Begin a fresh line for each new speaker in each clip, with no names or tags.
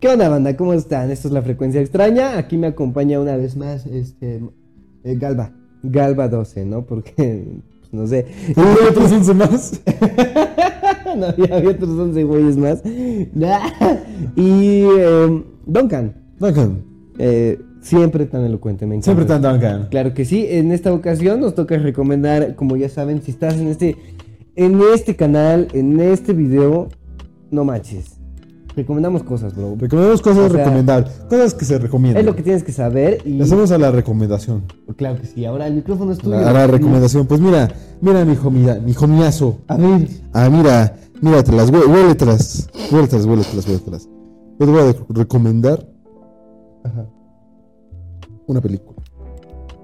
¿Qué onda, banda? ¿Cómo están? Esto es La Frecuencia Extraña. Aquí me acompaña una vez más este eh, Galba. Galba 12, ¿no? Porque, pues, no sé.
No había otros 11 más.
no había, había otros 11 güeyes más. y eh, Duncan,
Duncan.
eh, siempre tan elocuente, me encanta.
Siempre tan Duncan.
Claro que sí, en esta ocasión nos toca recomendar, como ya saben, si estás en este, en este canal, en este video, no manches. Recomendamos cosas, bro.
Recomendamos
O
cosas
sea,
recomendables. Cosas que se recomiendan.
Es lo que tienes que saber y...
Le hacemos a la recomendación.
Claro que sí, ahora el micrófono es tuyo.
A la recomendación. Pues mira, mira, mi jomida, mi jomiazo.
A ver,
Ah, mira, míratelas, hué- huéletelas. Huéletelas, huéletelas, huéletelas. Yo te voy a de- recomendar
Ajá.
una película.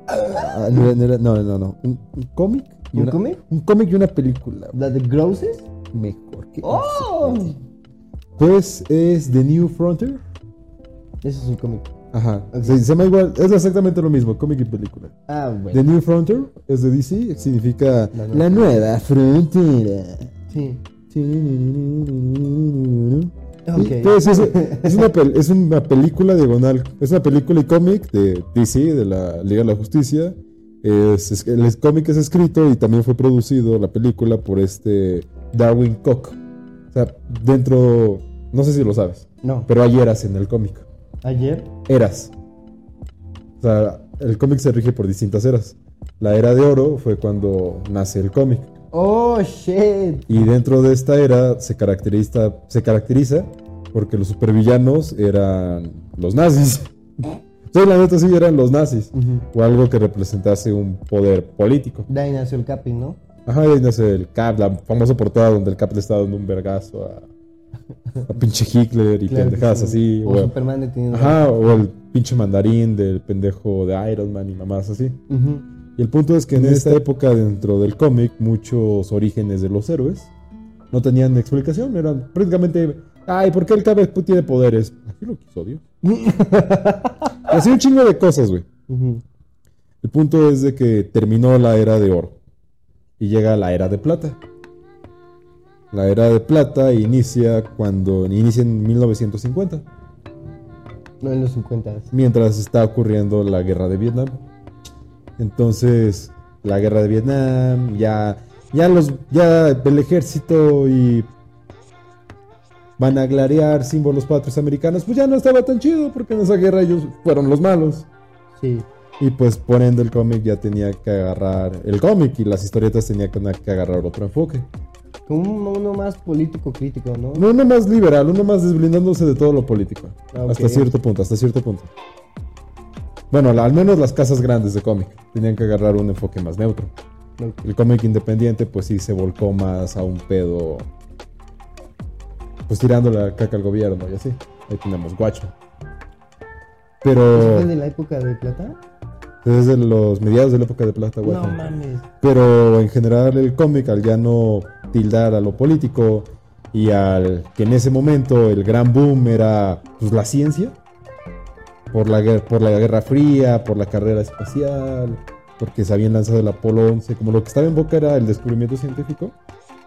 Ah, no, era- no, era- no, no, no. Un, un cómic. y
¿Un
una-
cómic?
Un cómic y una película.
¿la de Grosses?
Mejor que.
¡Oh!
Pues es The New Frontier.
Eso es un cómic.
Ajá. Se, se llama igual. Es exactamente lo mismo, cómic y película.
Ah, bueno.
The New Frontier es de DC, significa
La nueva
la nueva frontera.
Sí. Ok.
Entonces es, es una, pel- es una película diagonal, es una película y cómic de DC, de la Liga de la Justicia. Es- es- el cómic es escrito y también fue producido la película por este Darwin Cook. O sea, dentro, no sé si lo sabes,
No,
pero hay eras en el cómic.
ayer.
Eras. O sea, el cómic se rige por distintas eras. La era de oro fue cuando nace el cómic.
Oh, shit.
Y dentro de esta era se caracteriza, se caracteriza porque los supervillanos eran los nazis. Entonces, la neta sí eran los nazis. O algo que representase un poder político.
De ahí nació el Capi, ¿no?
Ajá, y ahí nace el Cap, la famosa portada donde el Cap le está dando un vergazo a, a pinche Hitler y
Claro que
pendejadas
sí.
así.
O
o a-
Superman detenido.
Ajá, o el pinche mandarín del pendejo de Iron Man y mamás así.
Ujú.
Y el punto es que en esta época dentro del cómic muchos orígenes de los héroes no tenían explicación, eran prácticamente, ay, ¿por qué el cabezón tiene poderes? Así lo quiso Dios. Y así un chingo de cosas, güey.
Ujú.
El punto es de que terminó la era de oro y llega la era de plata. La era de plata inicia cuando inicia en 1950.
No, en los 50.
mientras está ocurriendo la guerra de Vietnam. Entonces, la guerra de Vietnam, ya, ya los, ya el ejército y van a glarear símbolos patrios americanos, pues ya no estaba tan chido porque en esa guerra ellos fueron los malos.
Sí.
Y pues por ende el cómic ya tenía que agarrar, el cómic y las historietas tenían que que agarrar otro enfoque.
Como un- uno más político crítico, ¿no?
No, uno más liberal, uno más desblindándose de todo lo político.
Ah, ok.
Hasta cierto punto, hasta cierto punto. Bueno, la- al menos las casas grandes de cómic tenían que agarrar un enfoque más neutro.
Ok.
El cómic independiente, pues sí, se volcó más a un pedo. Pues tirando la caca al gobierno y así. Ahí tenemos Watchmen.
¿Eso fue
Pero
de la época de plata?
desde los mediados de la época de plata,
No
Watchmen.
mames.
Pero en general el cómic al ya no tildar a lo político y al que en ese momento el gran boom era pues, la ciencia, por la, guer- por la Guerra Fría, por la carrera espacial, porque se habían lanzado el Apolo 11, como lo que estaba en boca era el descubrimiento científico,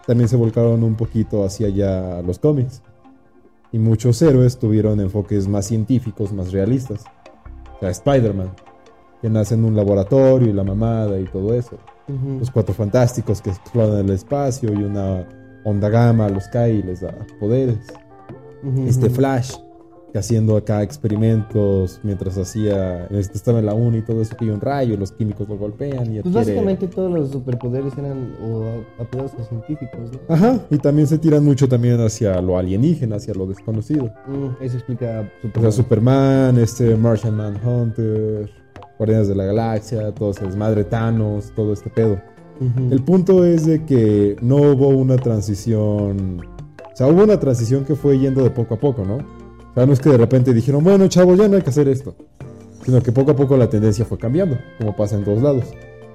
también se volcaron un poquito hacia allá los cómics. Y muchos héroes tuvieron enfoques más científicos, más realistas. O sea, Spider-Man, que nace en un laboratorio y la mamada y todo eso
Ujú.
los cuatro fantásticos que exploran el espacio y una onda gama los cae y les da poderes.
Ujú,
Este
ujú.
Flash, que haciendo acá experimentos mientras hacía, este, estaba en la uni y todo eso, pilla un rayo, y los químicos lo golpean y
Pues
adquiere-
básicamente todos los superpoderes eran o a- apegados a científicos, ¿no?
Ajá, y también se tiran mucho también hacia lo alienígena, hacia lo desconocido.
Mm, eso explica
O sea, Superman, este Martian Manhunter, Guardianes de la Galaxia, todo ese desmadre, Thanos, todo este pedo.
Ujú.
El punto es de que no hubo una transición. O sea, hubo una transición que fue yendo de poco a poco, ¿no? O sea, no es que de repente dijeron, bueno, chavo, ya no hay que hacer esto. Sino que poco a poco la tendencia fue cambiando, como pasa en todos lados.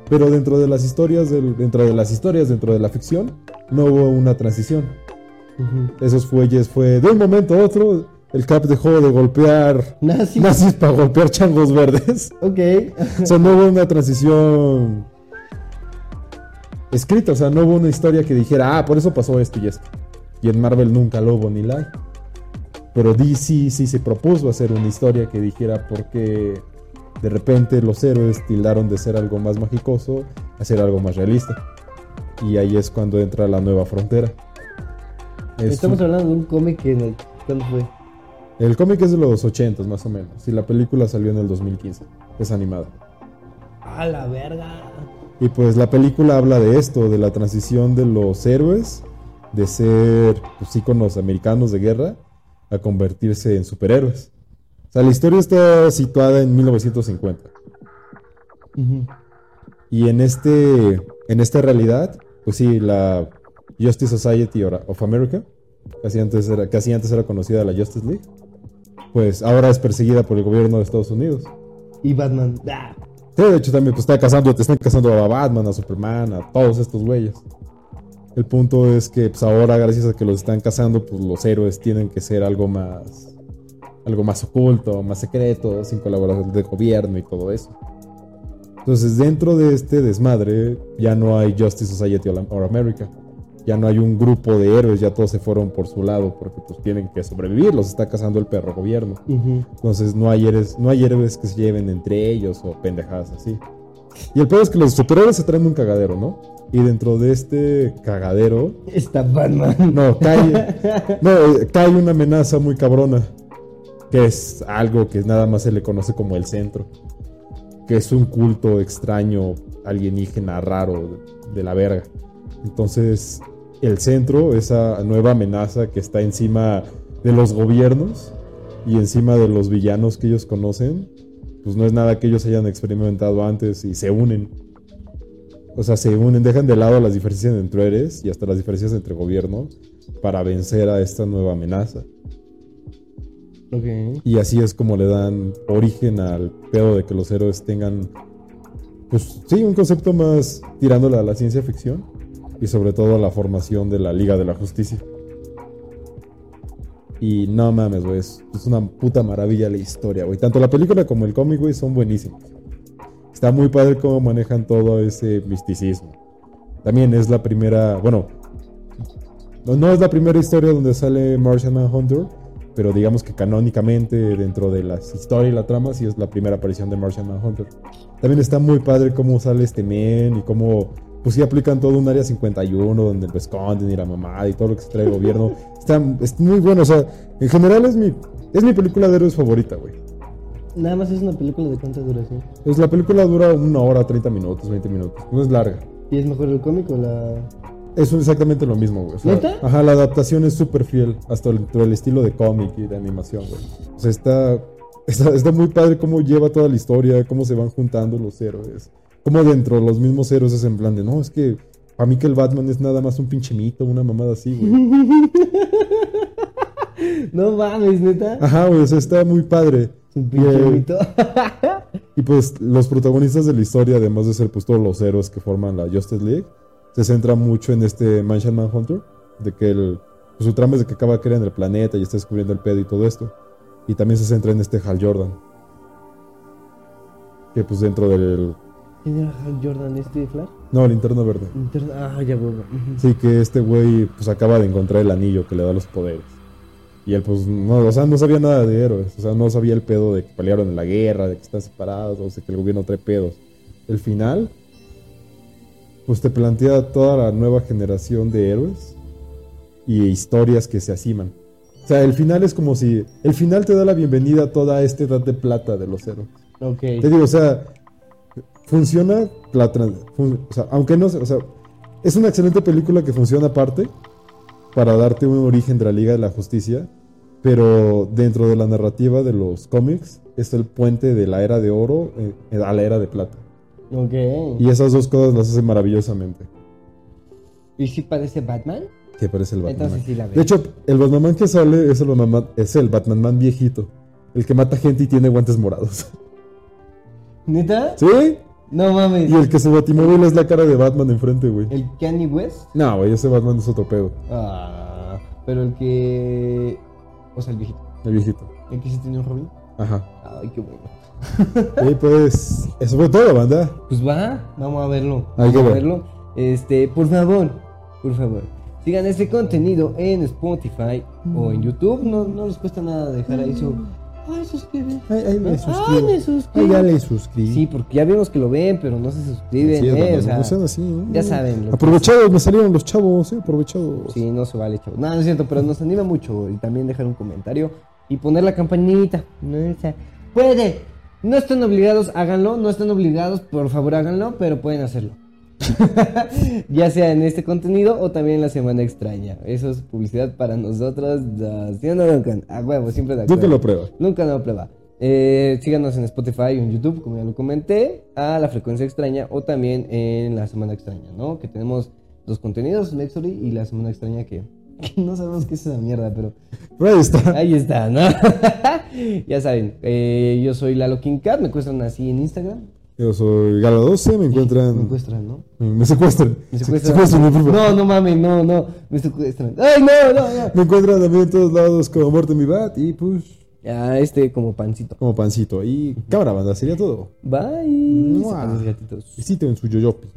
Pero dentro de las historias, del- dentro de las historias, dentro de la ficción, no hubo una transición.
Ujú.
Esos fuelles fue de un momento a otro, el Cap dejó de golpear
Nazi.
nazis para golpear changos verdes.
Ok.
O sea, no hubo una transición escrita, o sea, no hubo una historia que dijera, ah, por eso pasó esto y esto. Y en Marvel nunca lo hubo ni la hay. Pero DC sí se propuso hacer una historia que dijera por qué de repente los héroes tildaron de ser algo más magicoso a ser algo más realista. Y ahí es cuando entra la nueva frontera. Es
Estamos
un-
hablando de un cómic que en el- ¿Cuándo fue?
el cómic es de los 80 más o menos. Y la película salió en el 2015. Es animada.
A la verga.
Y pues la película habla de esto, de la transición de los héroes, de ser pues, íconos americanos de guerra, a convertirse en superhéroes. O sea, la historia está situada en 1950.
Ujú.
Y en, este, en esta realidad, pues sí, la Justice Society or- of America, casi antes, era, casi antes era conocida la Justice League, pues ahora es perseguida por el gobierno de Estados Unidos.
Y Batman. Ah.
Sí, de hecho también pues, está cazando, te están cazando a Batman, a Superman, a todos estos güeyes. El punto es que pues, ahora, gracias a que los están cazando, pues los héroes tienen que ser algo más. algo más oculto, más secreto, sin colaboración del gobierno y todo eso. Entonces, dentro de este desmadre, ya no hay Justice Society or America. Ya no hay un grupo de héroes, ya todos se fueron por su lado porque pues tienen que sobrevivir, los está cazando el perro gobierno.
Ujú.
Entonces no hay, héroes, no hay héroes que se lleven entre ellos o pendejadas así. Y el peor es que los superhéroes se traen un cagadero, ¿no? Y dentro de este cagadero,
Está Batman.
no, cae, no, eh, cae una amenaza muy cabrona. Que es algo que nada más se le conoce como el centro. Que es un culto extraño, alienígena, raro, de la verga. Entonces, el centro, esa nueva amenaza que está encima de los gobiernos y encima de los villanos que ellos conocen, pues no es nada que ellos hayan experimentado antes y se unen. O sea, se unen, dejan de lado las diferencias entre eres y hasta las diferencias entre gobiernos para vencer a esta nueva amenaza.
Ok.
Y así es como le dan origen al pedo de que los héroes tengan, pues sí, un concepto más tirándole a la ciencia ficción y sobre todo a la formación de la Liga de la Justicia. Y no mames, güey, es, es una puta maravilla la historia, güey. Tanto la película como el cómic, güey, son buenísimos. Está muy padre cómo manejan todo ese misticismo. También es la primera, bueno, no, no es la primera historia donde sale Martian Manhunter, pero digamos que canónicamente dentro de la historia y la trama sí es la primera aparición de Martian Manhunter. También está muy padre cómo sale este men y cómo pues sí aplican todo un área 51 donde lo esconden y la mamada y todo lo que se trae el gobierno. Está es muy bueno, o sea, en general es mi es mi película de héroes favorita, güey.
Nada más es una película de cuánta duración.
Pues la película dura una hora, 30 minutos, 20 minutos. No es larga.
¿Y es mejor el cómic o la.?
Es exactamente lo mismo, güey. O sea,
¿Neta?
Ajá, la adaptación es súper fiel, hasta el, todo el estilo de cómic y de animación, güey. O sea, está, está, está muy padre cómo lleva toda la historia, cómo se van juntando los héroes. Cómo dentro los mismos héroes es en plan de, no, es que para mí que el Batman es nada más un pinche mito, una mamada así, güey.
No mames, neta.
Ajá, güey, o sea, está muy padre.
Es un pinche
Bien.
mito.
Y pues los protagonistas de la historia, además de ser pues todos los héroes que forman la Justice League, se centra mucho en este Mansion Manhunter, de que el, pues, su trama es de que acaba de creer en el planeta y está descubriendo el pedo y todo esto. Y también se centra en este Hal Jordan, que pues dentro del...
¿Quién era Hal Jordan este Flash?
No, el interno verde.
Inter- Ah, ya huevo. Ujú.
Sí, que este güey pues acaba de encontrar el anillo que le da los poderes. Y él pues no, o sea, no sabía nada de héroes. O sea, no sabía el pedo de que pelearon en la guerra, de que están separados, o sea, que el gobierno trae pedos. El final, pues te plantea toda la nueva generación de héroes y historias que se asiman. O sea, el final es como si... El final te da la bienvenida a toda esta edad de plata de los héroes.
Ok.
Te digo, o sea, funciona la trans- fun- o sea, aunque no, se- o sea, es una excelente película que funciona aparte para darte un origen de la Liga de la Justicia, pero dentro de la narrativa de los cómics es el puente de la era de oro eh, a la era de plata.
Ok.
Y esas dos cosas las hace maravillosamente.
¿Y si parece Batman?
Que parece el Batman.
Entonces sí la veo.
de hecho, el Batman que sale es el Batman, es el Batman man viejito, el que mata gente y tiene guantes morados.
¿Neta?
¿Sí?
No mames.
Y el que su batimóvil es la cara de Batman enfrente, güey.
¿El Kanye West?
No, güey, ese Batman es otro pedo.
Ah. Pero el que. O sea, el viejito.
El viejito.
El que sí tiene un Robin.
Ajá.
Ay, qué bueno.
Y pues, eso fue todo, banda.
Pues va, vamos a verlo.
Hay
Vamos
que
a
ver.
verlo. Este, por favor, por favor. Sigan este contenido en Spotify o en YouTube. No, no les cuesta nada dejar ahí su. Ay, suscríbete.
Ay, ay, me
Ay,
suscribo.
Ah, me suscribo.
Ay, ya le suscribí.
Sí, porque ya vimos que lo ven, pero no se suscriben.
Sí,
eh,
hermano,
o sea,
no sean así, ¿eh? Ah, ¿no?
ya saben, lo-
Aprovechados, me salieron los chavos, ¿eh? Aprovechados.
Sí, no se vale, chavos. No, no es cierto, pero nos anima mucho. Y también dejar un comentario y poner la campanita. No, o sea, puede. No están obligados, háganlo. No están obligados, por favor, háganlo, pero pueden hacerlo. ya sea en este contenido o también en la semana extraña. Eso es publicidad para nosotros. da- ¿Sí o no, Duncan? A huevo, siempre de
Tú que
acuerdo.
lo pruebas.
Nunca no prueba. Eh, síganos en Spotify o en YouTube, como ya lo comenté, a la frecuencia extraña o también en la semana extraña, ¿no? Que tenemos dos contenidos, Lexory y la semana extraña que, que no sabemos qué es esa mierda, pero
Pero ahí está.
ahí está, ¿no? ya saben, eh, yo soy Lalo King Cat, me encuentran así en Instagram.
Yo soy Gala 12, me encuentran.
Me encuentran, ¿no?
Me secuestran.
Me
Se-
secuestran.
secuestran, mi profe.
No, no mames, no, no, me secuestran. ¡Ay, no, no, no!
Me encuentran también en todos lados como Muerto en mi bat y pues, push.
Ah, este como pancito.
Como pancito. Y cámara, banda, sería todo.
Bye.
Mua.
Sacan los gatitos.
Visiten en su yoyopi.